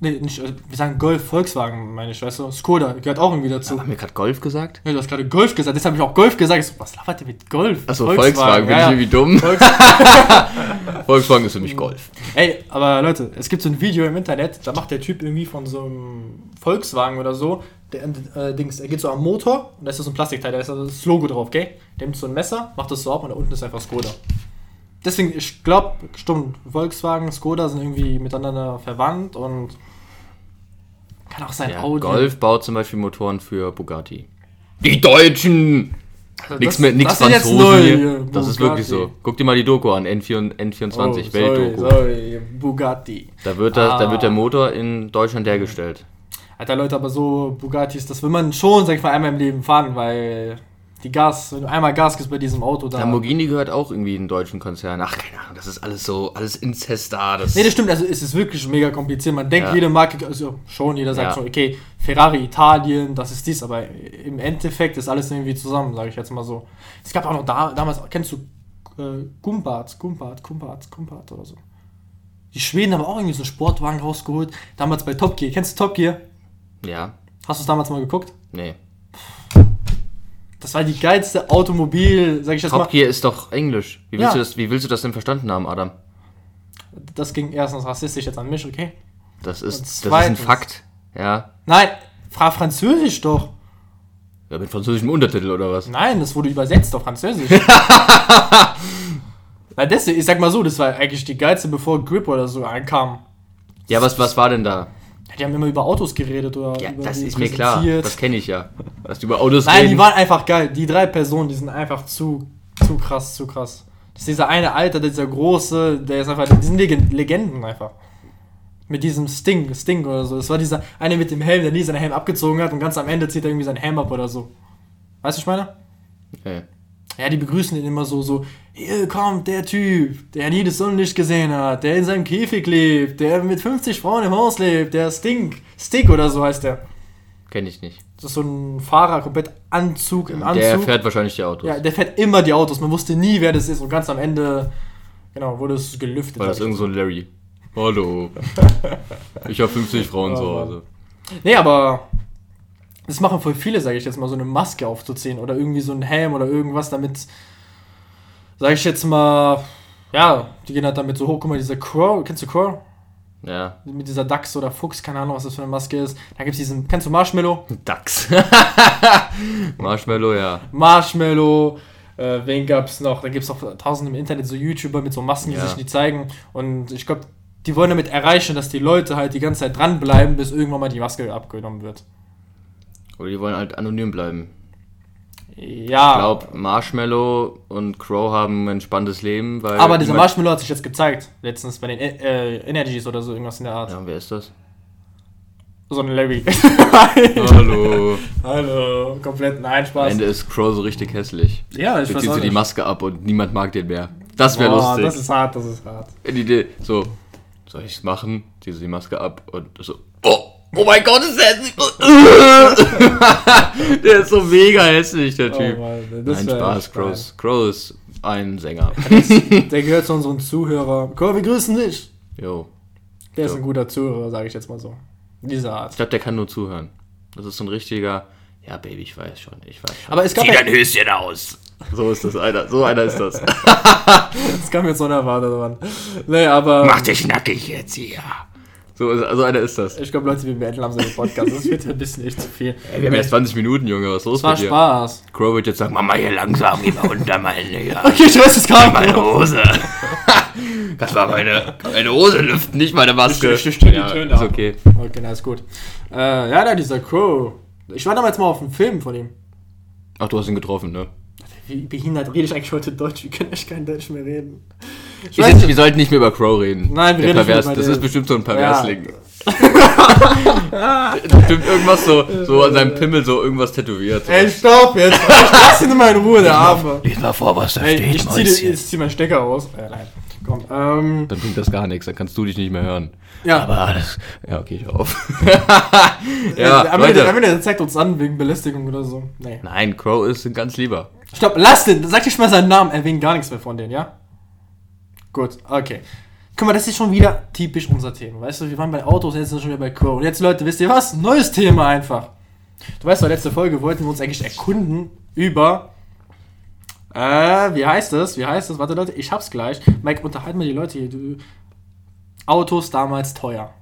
[SPEAKER 1] nee, nicht, also wir sagen Golf, Volkswagen, meine Schwester. Skoda gehört auch irgendwie dazu.
[SPEAKER 2] Haben wir gerade Golf gesagt?
[SPEAKER 1] Ja, du hast gerade Golf gesagt, deshalb habe ich auch Golf gesagt. Ich so, was labert ihr mit Golf?
[SPEAKER 2] Achso, Volkswagen, bin ich irgendwie dumm. Volkswagen ist für mich Golf.
[SPEAKER 1] Ey, aber Leute, es gibt so ein Video im Internet, da macht der Typ irgendwie von so einem Volkswagen oder so, der, äh, Dings, er geht so am Motor und da ist so ein Plastikteil, da ist also das Logo drauf, gell? Der nimmt so ein Messer, macht das so ab und da unten ist einfach Skoda. Deswegen, ich glaube, stimmt, Volkswagen, Skoda sind irgendwie miteinander verwandt und kann auch sein
[SPEAKER 2] Ja,
[SPEAKER 1] Audi.
[SPEAKER 2] Golf baut zum Beispiel Motoren für Bugatti. Die Deutschen!
[SPEAKER 1] Also
[SPEAKER 2] Nichts
[SPEAKER 1] das-
[SPEAKER 2] mit nix
[SPEAKER 1] das ist jetzt
[SPEAKER 2] Franzosen
[SPEAKER 1] neu,
[SPEAKER 2] hier. Das ist
[SPEAKER 1] Bugatti.
[SPEAKER 2] wirklich so. Guck dir mal die Doku an, N4 und
[SPEAKER 1] Oh,
[SPEAKER 2] N24,
[SPEAKER 1] sorry,
[SPEAKER 2] Weltdoku.
[SPEAKER 1] sorry, Bugatti.
[SPEAKER 2] Da, wird das, da
[SPEAKER 1] Ah.
[SPEAKER 2] wird der Motor in Deutschland hergestellt.
[SPEAKER 1] Alter Leute, aber so Bugattis, das will man schon, sag ich mal, einmal im Leben fahren, weil die Gas, wenn du einmal Gas gibst bei diesem Auto, dann.
[SPEAKER 2] Lamborghini gehört auch irgendwie in deutschen Konzern. Ach, keine Ahnung, das ist alles so, alles Inzestar. Das
[SPEAKER 1] Nee, das stimmt, also es ist wirklich mega kompliziert. Man denkt,
[SPEAKER 2] Ja.
[SPEAKER 1] jede Marke, also schon, jeder sagt
[SPEAKER 2] Ja.
[SPEAKER 1] so, okay, Ferrari, Italien, das ist dies, aber im Endeffekt ist alles irgendwie zusammen, sage ich jetzt mal so. Es gab auch noch da, damals, kennst du äh, Gumpart, Gumpart, Gumpart, Gumpart oder so. Die Schweden haben auch irgendwie so einen Sportwagen rausgeholt, damals bei Top Gear. Kennst du Top Gear?
[SPEAKER 2] ja,
[SPEAKER 1] Hast du es damals mal geguckt?
[SPEAKER 2] nee.
[SPEAKER 1] Das war die geilste Automobil, sag ich jetzt mal.
[SPEAKER 2] Top Gear ist doch Englisch. Wie willst,
[SPEAKER 1] Ja.
[SPEAKER 2] du das, wie willst du das denn verstanden haben, Adam?
[SPEAKER 1] Das ging erstens rassistisch jetzt an mich, okay?
[SPEAKER 2] Das
[SPEAKER 1] Und
[SPEAKER 2] ist, das ist ein
[SPEAKER 1] zweitens-
[SPEAKER 2] Fakt. Ja.
[SPEAKER 1] Nein, fra Französisch doch.
[SPEAKER 2] ja. Mit französischem Untertitel oder was?
[SPEAKER 1] Nein, das wurde übersetzt auf Französisch. Weil deswegen, ich sag mal so, das war eigentlich die geilste, bevor Grip oder so ankam.
[SPEAKER 2] Ja, was, was war denn da?
[SPEAKER 1] Die haben immer über Autos geredet oder
[SPEAKER 2] Ja,
[SPEAKER 1] über
[SPEAKER 2] das
[SPEAKER 1] die
[SPEAKER 2] ist mir klar.
[SPEAKER 1] präsentiert.
[SPEAKER 2] Das kenne ich ja. Dass die über Autos
[SPEAKER 1] Nein,
[SPEAKER 2] reden.
[SPEAKER 1] die waren einfach geil. Die drei Personen, die sind einfach zu, zu krass, zu krass. Das ist dieser eine Alter, dieser große, der ist einfach, die sind Legen- Legenden einfach. Mit diesem Sting, Sting oder so. Das war dieser eine mit dem Helm, der nie seinen Helm abgezogen hat und ganz am Ende zieht er irgendwie seinen Helm ab oder so. Weißt du, was ich meine?
[SPEAKER 2] Okay.
[SPEAKER 1] Ja, die begrüßen ihn immer so, so, hier kommt der Typ, der nie das Sonnenlicht gesehen hat, der in seinem Käfig lebt, der mit 50 Frauen im Haus lebt, der Sting, Stick oder so heißt der.
[SPEAKER 2] Kenne ich nicht.
[SPEAKER 1] Das ist so ein Fahrer, komplett Anzug im Anzug.
[SPEAKER 2] Der fährt wahrscheinlich die Autos.
[SPEAKER 1] Ja, der fährt immer die Autos. Man wusste nie, wer das ist. Und ganz am Ende, genau, wurde es gelüftet. Also,
[SPEAKER 2] War das irgend so ein Larry? Hallo. Ich habe 50 Frauen zu
[SPEAKER 1] Oh
[SPEAKER 2] Hause.
[SPEAKER 1] nee, aber das machen voll viele, sage ich jetzt mal, so eine Maske aufzuziehen oder irgendwie so einen Helm oder irgendwas, damit, sage ich jetzt mal, ja, die gehen halt damit so hoch. Guck mal, dieser Crow, kennst du Crow?
[SPEAKER 2] Ja.
[SPEAKER 1] Mit dieser Dachs oder Fuchs, keine Ahnung, was das für eine Maske ist. Da gibt's diesen, kennst du Marshmallow?
[SPEAKER 2] Dachs. Marshmallow, ja.
[SPEAKER 1] Marshmallow, äh, wen gab's noch? Da gibt's auch tausende im Internet so YouTuber mit so Maskengesicht,
[SPEAKER 2] Ja.
[SPEAKER 1] die zeigen. Und ich glaube, die wollen damit erreichen, dass die Leute halt die ganze Zeit dranbleiben, bis irgendwann mal die Maske abgenommen wird.
[SPEAKER 2] Aber die wollen halt anonym bleiben. Ich
[SPEAKER 1] Ja,
[SPEAKER 2] glaub, Marshmallow und Crow haben ein spannendes Leben, weil.
[SPEAKER 1] aber dieser
[SPEAKER 2] niemand-
[SPEAKER 1] Marshmallow hat sich äh, jetzt gezeigt, letztens bei den äh, äh, Energies oder so, irgendwas in der Art.
[SPEAKER 2] Ja, wer ist das?
[SPEAKER 1] so ein Larry.
[SPEAKER 2] Hallo.
[SPEAKER 1] Hallo, kompletten
[SPEAKER 2] Am
[SPEAKER 1] Einspaß.
[SPEAKER 2] Ende ist Crow so richtig hässlich.
[SPEAKER 1] Ja, ich
[SPEAKER 2] Dann
[SPEAKER 1] weiß
[SPEAKER 2] zieht
[SPEAKER 1] auch
[SPEAKER 2] sie die
[SPEAKER 1] nicht.
[SPEAKER 2] Maske ab und niemand mag den mehr. Das wäre
[SPEAKER 1] Boah,
[SPEAKER 2] lustig.
[SPEAKER 1] Oh, Das ist hart, das ist hart.
[SPEAKER 2] Wenn die Idee, so, soll ich es machen? Zieht sie die Maske ab und so, oh, oh mein Gott, ist der hässlich. der ist so mega hässlich, der Typ.
[SPEAKER 1] Oh Mann, das
[SPEAKER 2] Nein,
[SPEAKER 1] wär
[SPEAKER 2] Spaß,
[SPEAKER 1] echt
[SPEAKER 2] Crow. ist- Crow ist ein Sänger.
[SPEAKER 1] geil. Der gehört zu unseren Zuhörer. Komm, wir grüßen dich.
[SPEAKER 2] Jo.
[SPEAKER 1] Der ist
[SPEAKER 2] Ja.
[SPEAKER 1] ein guter Zuhörer, sage ich jetzt mal so. Diese Art.
[SPEAKER 2] Ich glaube, der kann nur zuhören. Das ist so ein richtiger, ja, Baby, ich weiß schon, ich weiß schon.
[SPEAKER 1] Aber es kam,
[SPEAKER 2] Zieh
[SPEAKER 1] ja,
[SPEAKER 2] dein Höschen aus. So ist das einer, so einer ist das.
[SPEAKER 1] es kam jetzt unerwartet dran. Nee, aber
[SPEAKER 2] Mach dich nackig jetzt hier. So, ist- so einer ist das.
[SPEAKER 1] ich glaube, Leute, wir beenden langsam den Podcast. Das wird ein bisschen echt zu viel.
[SPEAKER 2] Ey, wir haben erst 20 Minuten, Junge, was ist los
[SPEAKER 1] Es war
[SPEAKER 2] mit dir?
[SPEAKER 1] Spaß.
[SPEAKER 2] Crow wird jetzt sagen, Mama, hier langsam, geh mal unter meine, ja,
[SPEAKER 1] Okay, ich weiß es gar
[SPEAKER 2] meine
[SPEAKER 1] nicht.
[SPEAKER 2] Hose. Genau. Das war meine, meine Hose lüften, nicht meine Maske.
[SPEAKER 1] Ich- ich stell die
[SPEAKER 2] ja, also
[SPEAKER 1] Töne
[SPEAKER 2] ist
[SPEAKER 1] ab.
[SPEAKER 2] okay.
[SPEAKER 1] Okay, na ist gut. Äh, ja, da dieser Crow. Ich war damals mal auf einem Film von ihm.
[SPEAKER 2] Ach, du hast ihn getroffen, ne?
[SPEAKER 1] Wie behindert rede ich eigentlich heute Deutsch? Wir können echt kein Deutsch mehr reden. Ich
[SPEAKER 2] Wir,
[SPEAKER 1] weiß
[SPEAKER 2] sind,
[SPEAKER 1] nicht.
[SPEAKER 2] wir sollten nicht mehr über Crow reden.
[SPEAKER 1] Nein, wir reden
[SPEAKER 2] Der
[SPEAKER 1] nicht mehr
[SPEAKER 2] Pervers,
[SPEAKER 1] über
[SPEAKER 2] Das
[SPEAKER 1] den.
[SPEAKER 2] ist bestimmt so ein Perversling. bestimmt irgendwas so, so an seinem Pimmel so irgendwas tätowiert.
[SPEAKER 1] Ey, stopp jetzt. Ich lass ihn immer in Ruhe, der Arme.
[SPEAKER 2] Lies mal vor, was da
[SPEAKER 1] Ey, ich zieh, den- ich zieh meinen Stecker aus. Äh, nein. Komm, ähm.
[SPEAKER 2] Dann bringt das gar nichts, dann kannst du dich nicht mehr hören.
[SPEAKER 1] Ja.
[SPEAKER 2] Aber das, ja, okay, ich hör auf.
[SPEAKER 1] Äh,
[SPEAKER 2] ja,
[SPEAKER 1] am, Ende, am
[SPEAKER 2] Leute.
[SPEAKER 1] Ende der zeigt uns an wegen Belästigung oder so. Nee.
[SPEAKER 2] Nein, Crow ist ein ganz lieber.
[SPEAKER 1] Stopp, lass den. Sag nicht mal seinen Namen. Erwähnen gar nichts mehr von denen, ja? Gut, okay. Guck mal, das ist schon wieder typisch unser Thema. Weißt du, wir waren bei Autos, jetzt sind wir schon wieder bei Crow. Und jetzt, Leute, wisst ihr was? Neues Thema einfach. Du weißt, bei letzter Folge wollten wir uns eigentlich erkunden über. Äh, wie heißt das? Wie heißt das? Warte, Leute, ich hab's gleich. Mike, unterhalt mal die Leute hier. Du, Autos damals teuer.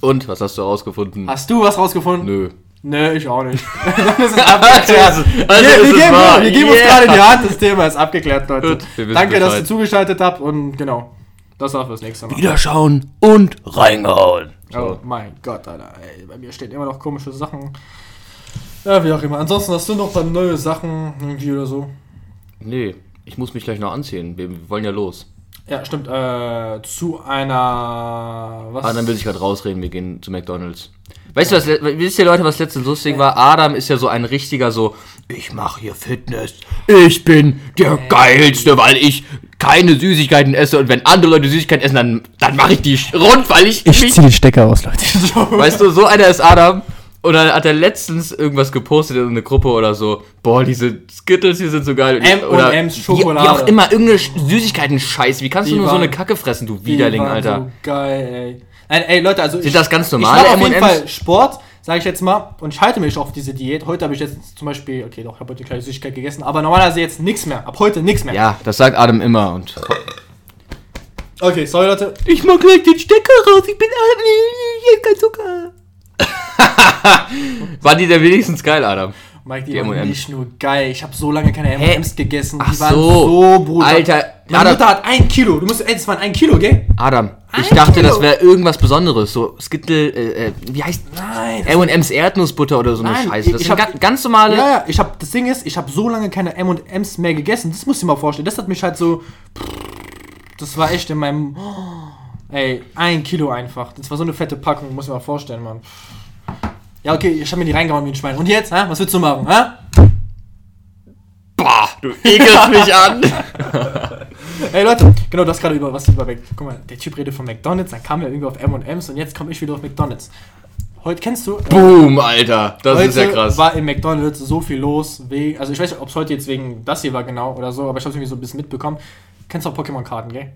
[SPEAKER 2] Und, was hast du herausgefunden?
[SPEAKER 1] Hast du was rausgefunden?
[SPEAKER 2] Nö.
[SPEAKER 1] Nö, ich auch nicht. Dann ist es abgeklärt.
[SPEAKER 2] Also, also
[SPEAKER 1] wir,
[SPEAKER 2] ist
[SPEAKER 1] wir,
[SPEAKER 2] es
[SPEAKER 1] geben,
[SPEAKER 2] wahr.
[SPEAKER 1] wir geben uns
[SPEAKER 2] Yeah.
[SPEAKER 1] gerade in die Hand, das Thema ist abgeklärt, Leute.
[SPEAKER 2] Gut, wir wissen
[SPEAKER 1] Danke, dass
[SPEAKER 2] Bescheid.
[SPEAKER 1] ihr zugeschaltet habt und genau. Das war's fürs nächste Mal.
[SPEAKER 2] Wiederschauen und reingehauen.
[SPEAKER 1] Oh mein Gott, Alter. Ey, bei mir stehen immer noch komische Sachen. Ja, wie auch immer. Ansonsten hast du noch dann neue Sachen irgendwie oder so.
[SPEAKER 2] Nee, ich muss mich gleich noch anziehen. Wir wir wollen ja los.
[SPEAKER 1] Ja, stimmt. Äh, zu einer. Was?
[SPEAKER 2] Adam will sich gerade rausreden, wir gehen zu McDonalds. Weißt du, was, le- wisst ihr Leute, was letztens lustig war? Adam ist ja so ein richtiger so, ich mache hier Fitness, ich bin der Geilste, weil ich keine Süßigkeiten esse und wenn andere Leute Süßigkeiten essen, dann, dann mache ich die rund, weil ich, mich...
[SPEAKER 3] den Stecker aus, Leute.
[SPEAKER 2] Weißt du, so einer ist Adam und dann hat er letztens irgendwas gepostet in eine Gruppe oder so, boah, diese Skittles, die sind so geil. Und ich- oder
[SPEAKER 1] M&M's
[SPEAKER 2] wie-
[SPEAKER 1] Schokolade.
[SPEAKER 2] Wie auch immer, irgendeine Sch- Süßigkeiten-Scheiß, wie kannst du
[SPEAKER 1] Die
[SPEAKER 2] nur so
[SPEAKER 1] waren-
[SPEAKER 2] eine Kacke fressen, du
[SPEAKER 1] Die
[SPEAKER 2] Widerling,
[SPEAKER 1] waren
[SPEAKER 2] Alter.
[SPEAKER 1] So geil, ey. Nein, ey, Leute, also.
[SPEAKER 2] Sind das ganz
[SPEAKER 1] Ich
[SPEAKER 2] normale
[SPEAKER 1] mache auf jeden
[SPEAKER 2] M&Ms?
[SPEAKER 1] Fall Sport, sage ich jetzt mal, und ich halte mich auf diese Diät. Heute habe ich jetzt zum Beispiel, okay, doch, ich habe heute eine kleine Süßigkeit gegessen, aber normalerweise jetzt nichts mehr. Ab heute nichts mehr.
[SPEAKER 2] Ja, das sagt Adam immer und.
[SPEAKER 1] Okay, sorry Leute.
[SPEAKER 2] Ich mach gleich den Stecker raus, ich bin Adam, ich hab kein Zucker. War die der wenigstens geil, Adam?
[SPEAKER 1] Mike, die,
[SPEAKER 2] Die
[SPEAKER 1] waren
[SPEAKER 2] M&Ms.
[SPEAKER 1] nicht nur geil. Ich habe so lange keine
[SPEAKER 2] Hä?
[SPEAKER 1] M&M's gegessen.
[SPEAKER 2] Ach
[SPEAKER 1] die waren
[SPEAKER 2] so.
[SPEAKER 1] so, brutal.
[SPEAKER 2] Alter,
[SPEAKER 1] Meine
[SPEAKER 2] Adam-
[SPEAKER 1] Mutter hat ein Kilo. Du musst, ey, das waren ein Kilo, gell?
[SPEAKER 2] Adam, ich
[SPEAKER 1] Ein
[SPEAKER 2] dachte,
[SPEAKER 1] Kilo.
[SPEAKER 2] das wäre irgendwas Besonderes. So Skittle, äh, äh, wie heißt.
[SPEAKER 1] Nein.
[SPEAKER 2] MMs Erdnussbutter oder so eine
[SPEAKER 1] Nein,
[SPEAKER 2] Scheiße. Das
[SPEAKER 1] ich
[SPEAKER 2] sind
[SPEAKER 1] hab-
[SPEAKER 2] ga ganz normale.
[SPEAKER 1] Ja, ja, ich habe das Ding ist, ich habe so lange keine M&M's mehr gegessen. Das musst du dir mal vorstellen. Das hat mich halt so das war echt in meinem ey, ein Kilo einfach. Das war so eine fette Packung, muss ich mal vorstellen, Mann. Ja, okay, ich habe mir die reingehauen wie ein Schwein. Und jetzt, hä? was willst du machen, hä?
[SPEAKER 2] Bah, du ekelst mich an.
[SPEAKER 1] Ey Leute, genau das gerade über was über Mac- Guck mal, der Typ redet von McDonald's, dann kam er irgendwie auf M&M's und jetzt komme ich wieder auf McDonald's. Heute kennst du äh,
[SPEAKER 2] Boom, Alter. Das
[SPEAKER 1] Heute
[SPEAKER 2] ist ja krass.
[SPEAKER 1] war im McDonalds so viel los. Wegen, also ich weiß nicht, ob es heute jetzt wegen das hier war genau oder so, aber ich habe irgendwie so ein bisschen mitbekommen. Kennst du auch Pokémon-Karten, gell?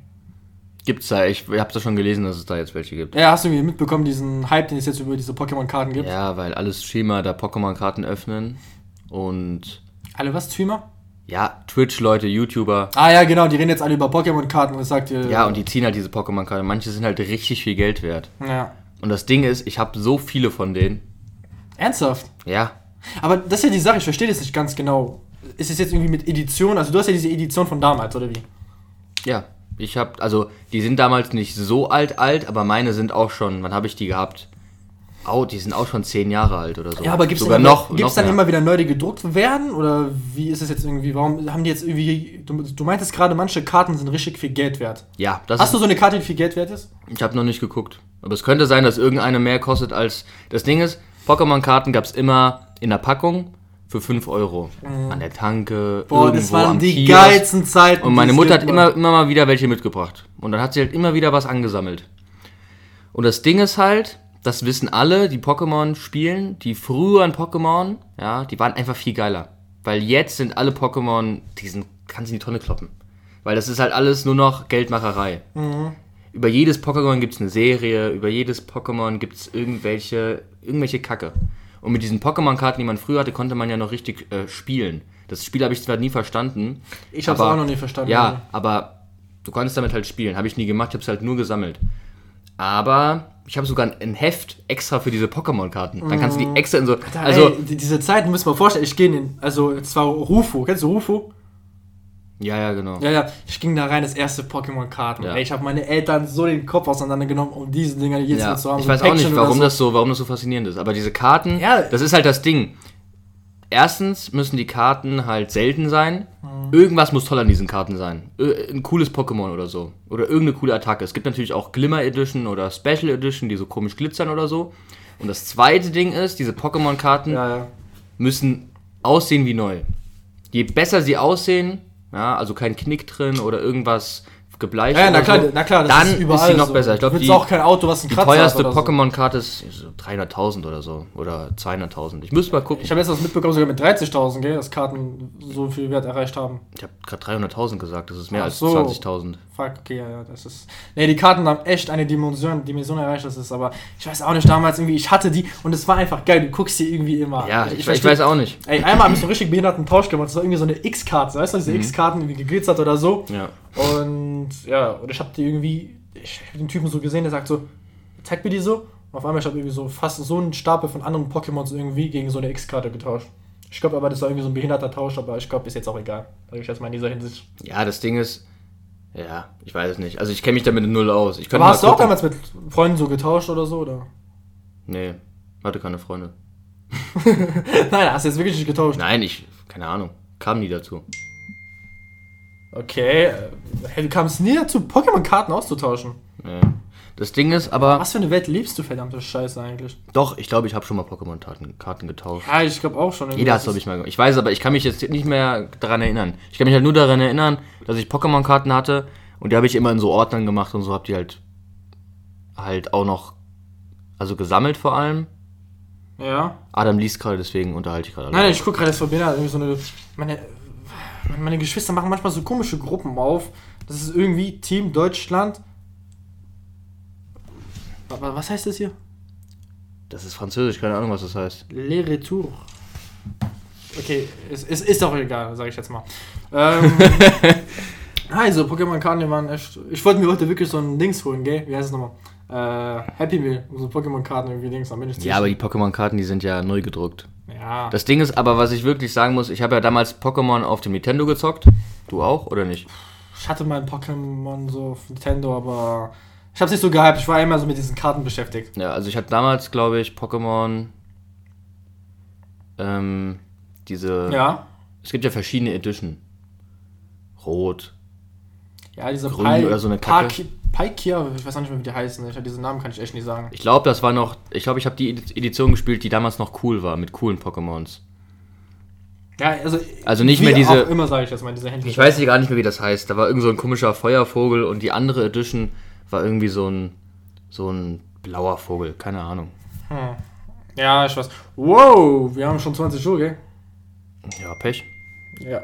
[SPEAKER 2] Gibt's da, ich hab's ja schon gelesen, dass es da jetzt welche gibt.
[SPEAKER 1] Ja, hast du irgendwie mitbekommen, diesen Hype, den es jetzt über diese Pokémon-Karten gibt?
[SPEAKER 2] Ja, weil alles Schema da Pokémon-Karten öffnen und.
[SPEAKER 1] Alle was, Streamer?
[SPEAKER 2] Ja, Twitch-Leute, YouTuber.
[SPEAKER 1] Ah ja, genau, die reden jetzt alle über Pokémon-Karten und äh, ich sag dir...
[SPEAKER 2] Ja, und die ziehen halt diese Pokémon-Karten. Manche sind halt richtig viel Geld wert.
[SPEAKER 1] Ja.
[SPEAKER 2] Und das Ding ist, ich habe so viele von denen.
[SPEAKER 1] Ernsthaft?
[SPEAKER 2] Ja.
[SPEAKER 1] Aber das ist ja die Sache, ich verstehe das nicht ganz genau. Ist es jetzt irgendwie mit Edition? Also du hast ja diese Edition von damals, oder wie?
[SPEAKER 2] Ja. Ich habe, also, die sind damals nicht so alt, alt, aber meine sind auch schon, wann habe ich die gehabt? Oh, die sind auch schon zehn Jahre alt oder so.
[SPEAKER 1] Ja, aber gibt es
[SPEAKER 2] sogar
[SPEAKER 1] dann,
[SPEAKER 2] noch.
[SPEAKER 1] gibt's
[SPEAKER 2] noch
[SPEAKER 1] dann
[SPEAKER 2] mehr.
[SPEAKER 1] immer wieder neu, die gedruckt werden? Oder wie ist es jetzt irgendwie? Warum haben die jetzt irgendwie... Du, du meintest gerade, manche Karten sind richtig viel Geld wert.
[SPEAKER 2] Ja, das
[SPEAKER 1] Hast du
[SPEAKER 2] ist,
[SPEAKER 1] so eine Karte, die viel Geld wert ist?
[SPEAKER 2] ich habe noch nicht geguckt. Aber es könnte sein, dass irgendeine mehr kostet als. Das Ding ist, Pokémon-Karten gab es immer in der Packung für 5 Euro. An der Tanke,
[SPEAKER 1] Mhm. Boah,
[SPEAKER 2] irgendwo
[SPEAKER 1] das waren
[SPEAKER 2] am
[SPEAKER 1] die
[SPEAKER 2] Kiosk.
[SPEAKER 1] geilsten Zeiten.
[SPEAKER 2] Und
[SPEAKER 1] die
[SPEAKER 2] meine
[SPEAKER 1] es
[SPEAKER 2] Mutter
[SPEAKER 1] gibt,
[SPEAKER 2] hat immer,
[SPEAKER 1] Mann.
[SPEAKER 2] immer mal wieder welche mitgebracht. Und dann hat sie halt immer wieder was angesammelt. Und das Ding ist halt, das wissen alle, die Pokémon spielen, die früheren Pokémon, ja, die waren einfach viel geiler. Weil jetzt sind alle Pokémon, die sind, kannst du in die Tonne kloppen. Weil das ist halt alles nur noch Geldmacherei. Über jedes Pokémon gibt es eine Serie, über jedes Pokémon gibt es irgendwelche, irgendwelche Kacke. Und mit diesen Pokémon-Karten, die man früher hatte, konnte man ja noch richtig äh, spielen. Das Spiel habe ich zwar nie verstanden.
[SPEAKER 1] Ich hab's
[SPEAKER 2] aber-
[SPEAKER 1] auch noch nie verstanden.
[SPEAKER 2] Ja, aber du konntest damit halt spielen. Habe ich nie gemacht, ich habe es halt nur gesammelt. Aber ich habe sogar ein Heft extra für diese Pokémon-Karten. Dann kannst du die extra in so.
[SPEAKER 1] Da,
[SPEAKER 2] Also,
[SPEAKER 1] Mhm. ey, die- diese Zeiten müssen wir mal vorstellen. Ich gehe in den, also es war Rufo. Kennst du Rufo?
[SPEAKER 2] ja, ja, genau.
[SPEAKER 1] Ja, ja. Ich ging da rein, das erste Pokémon-Karten.
[SPEAKER 2] Ja.
[SPEAKER 1] Ey, Ich habe meine Eltern so den Kopf auseinandergenommen, um diese Dinger jetzt
[SPEAKER 2] Ja,
[SPEAKER 1] noch zu haben.
[SPEAKER 2] ich
[SPEAKER 1] so ein
[SPEAKER 2] weiß auch
[SPEAKER 1] Päckchen
[SPEAKER 2] nicht,
[SPEAKER 1] oder
[SPEAKER 2] warum,
[SPEAKER 1] so.
[SPEAKER 2] das so, warum das so faszinierend ist. Aber diese Karten,
[SPEAKER 1] Ja.
[SPEAKER 2] das ist halt das Ding. Erstens müssen die Karten halt selten sein.
[SPEAKER 1] Mhm.
[SPEAKER 2] Irgendwas muss toll an diesen Karten sein. Ö- Ein cooles Pokémon oder so. Oder irgendeine coole Attacke. Es gibt natürlich auch Glimmer Edition oder Special Edition, die so komisch glitzern oder so. Und das zweite Ding ist, diese Pokémon-Karten
[SPEAKER 1] Ja, ja.
[SPEAKER 2] müssen aussehen wie neu. Je besser sie aussehen, ja, also kein Knick drin oder irgendwas gebleicht.
[SPEAKER 1] Ja, ja, na
[SPEAKER 2] oder
[SPEAKER 1] klar,
[SPEAKER 2] so,
[SPEAKER 1] na klar, das
[SPEAKER 2] dann
[SPEAKER 1] ist überall
[SPEAKER 2] sie noch
[SPEAKER 1] so.
[SPEAKER 2] besser. Ich glaube,
[SPEAKER 1] Willst
[SPEAKER 2] die,
[SPEAKER 1] du auch kein Auto, was einen
[SPEAKER 2] die
[SPEAKER 1] Kratzer hat
[SPEAKER 2] teuerste
[SPEAKER 1] oder so.
[SPEAKER 2] Pokémon-Karte ist so 300.000 oder so. Oder 200.000. Ich müsste mal gucken.
[SPEAKER 1] Ich habe jetzt was mitbekommen, sogar mit 30.000, gell, dass Karten so viel Wert erreicht haben.
[SPEAKER 2] Ich habe gerade 300.000 gesagt. Das ist mehr
[SPEAKER 1] Ach
[SPEAKER 2] als
[SPEAKER 1] so.
[SPEAKER 2] 20.000.
[SPEAKER 1] Fuck, okay, ja, ja, das ist. Nee, die Karten haben echt eine Dimension, Dimension erreicht, das ist, aber ich weiß auch nicht, damals irgendwie, ich hatte die und es war einfach geil, du guckst die irgendwie immer.
[SPEAKER 2] Ja, ich, ich,
[SPEAKER 1] versteh-
[SPEAKER 2] weiß auch nicht.
[SPEAKER 1] Ey, einmal habe ich so einen richtig behinderten Tausch gemacht, das war irgendwie so eine X-Karte, weißt du,
[SPEAKER 2] Mhm.
[SPEAKER 1] diese X-Karten, die geglitzert oder so.
[SPEAKER 2] Ja.
[SPEAKER 1] Und ja, und ich habe die irgendwie, ich habe den Typen so gesehen, der sagt so, zeig mir die so. Und auf einmal, ich habe irgendwie so fast so einen Stapel von anderen Pokémons irgendwie gegen so eine X-Karte getauscht. Ich glaube aber, das war irgendwie so ein behinderter Tausch, aber ich glaube, ist jetzt auch egal. Sag ich jetzt mal in dieser Hinsicht.
[SPEAKER 2] ja, das Ding ist. Ja, ich weiß es nicht. Also ich kenne mich damit null aus. Ich könnte
[SPEAKER 1] Aber
[SPEAKER 2] mal
[SPEAKER 1] hast du auch
[SPEAKER 2] gucken.
[SPEAKER 1] damals mit Freunden so getauscht oder so, oder?
[SPEAKER 2] Nee, hatte keine Freunde.
[SPEAKER 1] Nein, hast du jetzt wirklich nicht getauscht.
[SPEAKER 2] Nein, ich. Keine Ahnung. Kam nie dazu.
[SPEAKER 1] Okay, äh, hey, du kamst nie dazu, Pokémon-Karten auszutauschen.
[SPEAKER 2] Nee. Das Ding ist aber.
[SPEAKER 1] Was für eine Welt lebst du, verdammte Scheiße eigentlich?
[SPEAKER 2] Doch, ich glaube, ich habe schon mal Pokémon-Karten Karten getauscht.
[SPEAKER 1] Ja, ich glaube auch schon.
[SPEAKER 2] Jeder hat es, glaube ich, mal gemacht. Ich weiß, aber ich kann mich jetzt nicht mehr daran erinnern. Ich kann mich halt nur daran erinnern, dass ich Pokémon-Karten hatte und die habe ich immer in so Ordnern gemacht und so habe die halt halt auch noch, also gesammelt vor allem.
[SPEAKER 1] Ja.
[SPEAKER 2] Adam liest gerade, deswegen unterhalte ich gerade.
[SPEAKER 1] Nein, nein, ich gucke gerade, dass Verbena irgendwie so eine. Meine, meine Geschwister machen manchmal so komische Gruppen auf. Das ist irgendwie Team Deutschland. Aber was heißt das hier?
[SPEAKER 2] Das ist Französisch, keine Ahnung, was das heißt.
[SPEAKER 1] Le Retour. Okay, es ist, ist auch egal, sage ich jetzt mal. Ähm, also, Pokémon-Karten, die waren echt. Ich wollte mir heute wirklich so ein Dings holen, gell? Wie heißt es nochmal? Äh, Happy Meal, so Pokémon-Karten irgendwie Dings, dann bin ich
[SPEAKER 2] Ja, aber die Pokémon-Karten, die sind ja neu gedruckt.
[SPEAKER 1] Ja.
[SPEAKER 2] Das Ding ist aber, was ich wirklich sagen muss, ich habe ja damals Pokémon auf dem Nintendo gezockt. Du auch, oder nicht?
[SPEAKER 1] Ich hatte mein Pokémon so auf Nintendo, aber ich hab's nicht so gehypt. Ich war immer so mit diesen Karten beschäftigt.
[SPEAKER 2] Ja, also ich habe damals, glaube ich, Pokémon. Ähm, diese.
[SPEAKER 1] Ja.
[SPEAKER 2] Es gibt ja verschiedene Edition. Rot.
[SPEAKER 1] Ja, diese
[SPEAKER 2] Grün oder so eine Kacke.
[SPEAKER 1] Paikia, Paikia, ich weiß auch nicht mehr, wie die heißen. Ich, diesen Namen kann ich echt nicht sagen.
[SPEAKER 2] Ich glaube, das war noch. Ich glaube, ich habe die Edi- Edition gespielt, die damals noch cool war, mit coolen Pokémons.
[SPEAKER 1] Ja, also,
[SPEAKER 2] Also nicht
[SPEAKER 1] wie
[SPEAKER 2] mehr diese-
[SPEAKER 1] Auch immer sage ich das mal, diese Händler.
[SPEAKER 2] Ich weiß hier gar nicht mehr, wie das heißt. Da war irgend so ein komischer Feuervogel und die andere Edition war irgendwie so ein. so ein blauer Vogel. Keine Ahnung.
[SPEAKER 1] Ja, ich weiß. Wow, wir haben schon 20 Uhr, gell?
[SPEAKER 2] Ja, Pech.
[SPEAKER 1] Ja.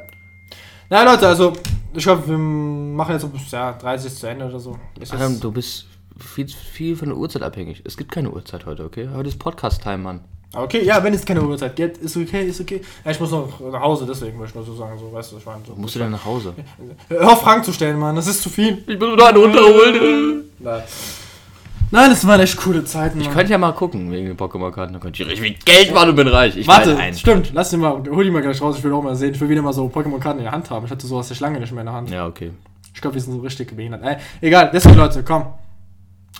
[SPEAKER 1] Na Leute, also, ich glaube, wir machen jetzt so bis ja, 30 zu Ende oder so. Ist
[SPEAKER 2] Adam,
[SPEAKER 1] jetzt,
[SPEAKER 2] Ähm, du bist viel, viel von der Uhrzeit abhängig. Es gibt keine Uhrzeit heute, okay? Heute ist Podcast-Time, Mann.
[SPEAKER 1] okay, ja, wenn es keine Uhrzeit gibt, ist okay, ist okay. Ja, ich muss noch nach Hause, deswegen wollte ich nur so sagen, so, weißt du, ich meine, so.
[SPEAKER 2] Musst du denn nach Hause?
[SPEAKER 1] Hör auf, Fragen zu stellen, Mann, das ist zu viel.
[SPEAKER 2] Ich muss mir noch einen runterholen.
[SPEAKER 1] Nein. Nein, das waren echt coole Zeiten.
[SPEAKER 2] Ich
[SPEAKER 1] Mann.
[SPEAKER 2] könnte ja mal gucken wegen den Pokémon-Karten. Dann könnte ich richtig viel Geld machen und bin reich. Ich
[SPEAKER 1] Warte,
[SPEAKER 2] weiß eins.
[SPEAKER 1] stimmt, lass den mal, hol die mal gleich raus, ich will auch mal sehen. Ich will wieder mal so Pokémon-Karten in der Hand haben. Ich hatte sowas echt lange nicht mehr in der Hand.
[SPEAKER 2] Ja, okay.
[SPEAKER 1] Ich glaube, wir sind so richtig behindert. Ey, egal, deswegen Leute, komm.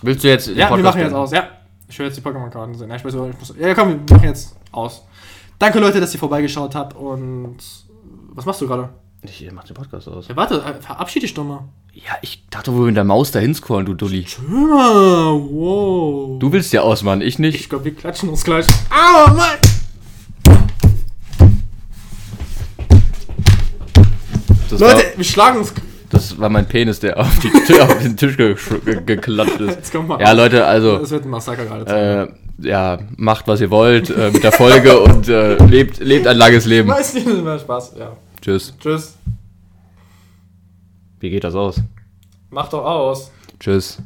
[SPEAKER 2] Willst du jetzt. den
[SPEAKER 1] Ja, wir
[SPEAKER 2] Podcast
[SPEAKER 1] machen jetzt
[SPEAKER 2] beenden?
[SPEAKER 1] aus, ja. Ich will jetzt die Pokémon-Karten sehen. Nein, Ich weiß auch nicht, ich muss, ja, komm, wir machen jetzt aus. Danke, Leute, dass ihr vorbeigeschaut habt und. Was machst du gerade?
[SPEAKER 2] Ich mach den Podcast aus.
[SPEAKER 1] Ja, warte, äh, verabschiede dich doch mal.
[SPEAKER 2] Ja, ich dachte, wo wir mit der Maus dahin scrollen, du Dulli.
[SPEAKER 1] Ah, wow.
[SPEAKER 2] Du willst ja aus, Mann, ich
[SPEAKER 1] Ich
[SPEAKER 2] nicht.
[SPEAKER 1] glaube, wir klatschen uns gleich. Aua, Mann!
[SPEAKER 2] Das
[SPEAKER 1] Leute, wir schlagen uns.
[SPEAKER 2] War, das war mein Penis, der auf, die, Tür- auf den Tisch ge ge geklatscht ist.
[SPEAKER 1] Jetzt komm mal.
[SPEAKER 2] Ja, Leute, also,
[SPEAKER 1] Das wird ein Massaker gerade.
[SPEAKER 2] äh, ja, macht, was ihr wollt äh, mit der Folge und äh, lebt, lebt ein langes Leben.
[SPEAKER 1] Weiß nicht, das war Spaß. Ja.
[SPEAKER 2] Tschüss.
[SPEAKER 1] Tschüss.
[SPEAKER 2] Wie geht das aus?
[SPEAKER 1] Mach doch aus.
[SPEAKER 2] Tschüss.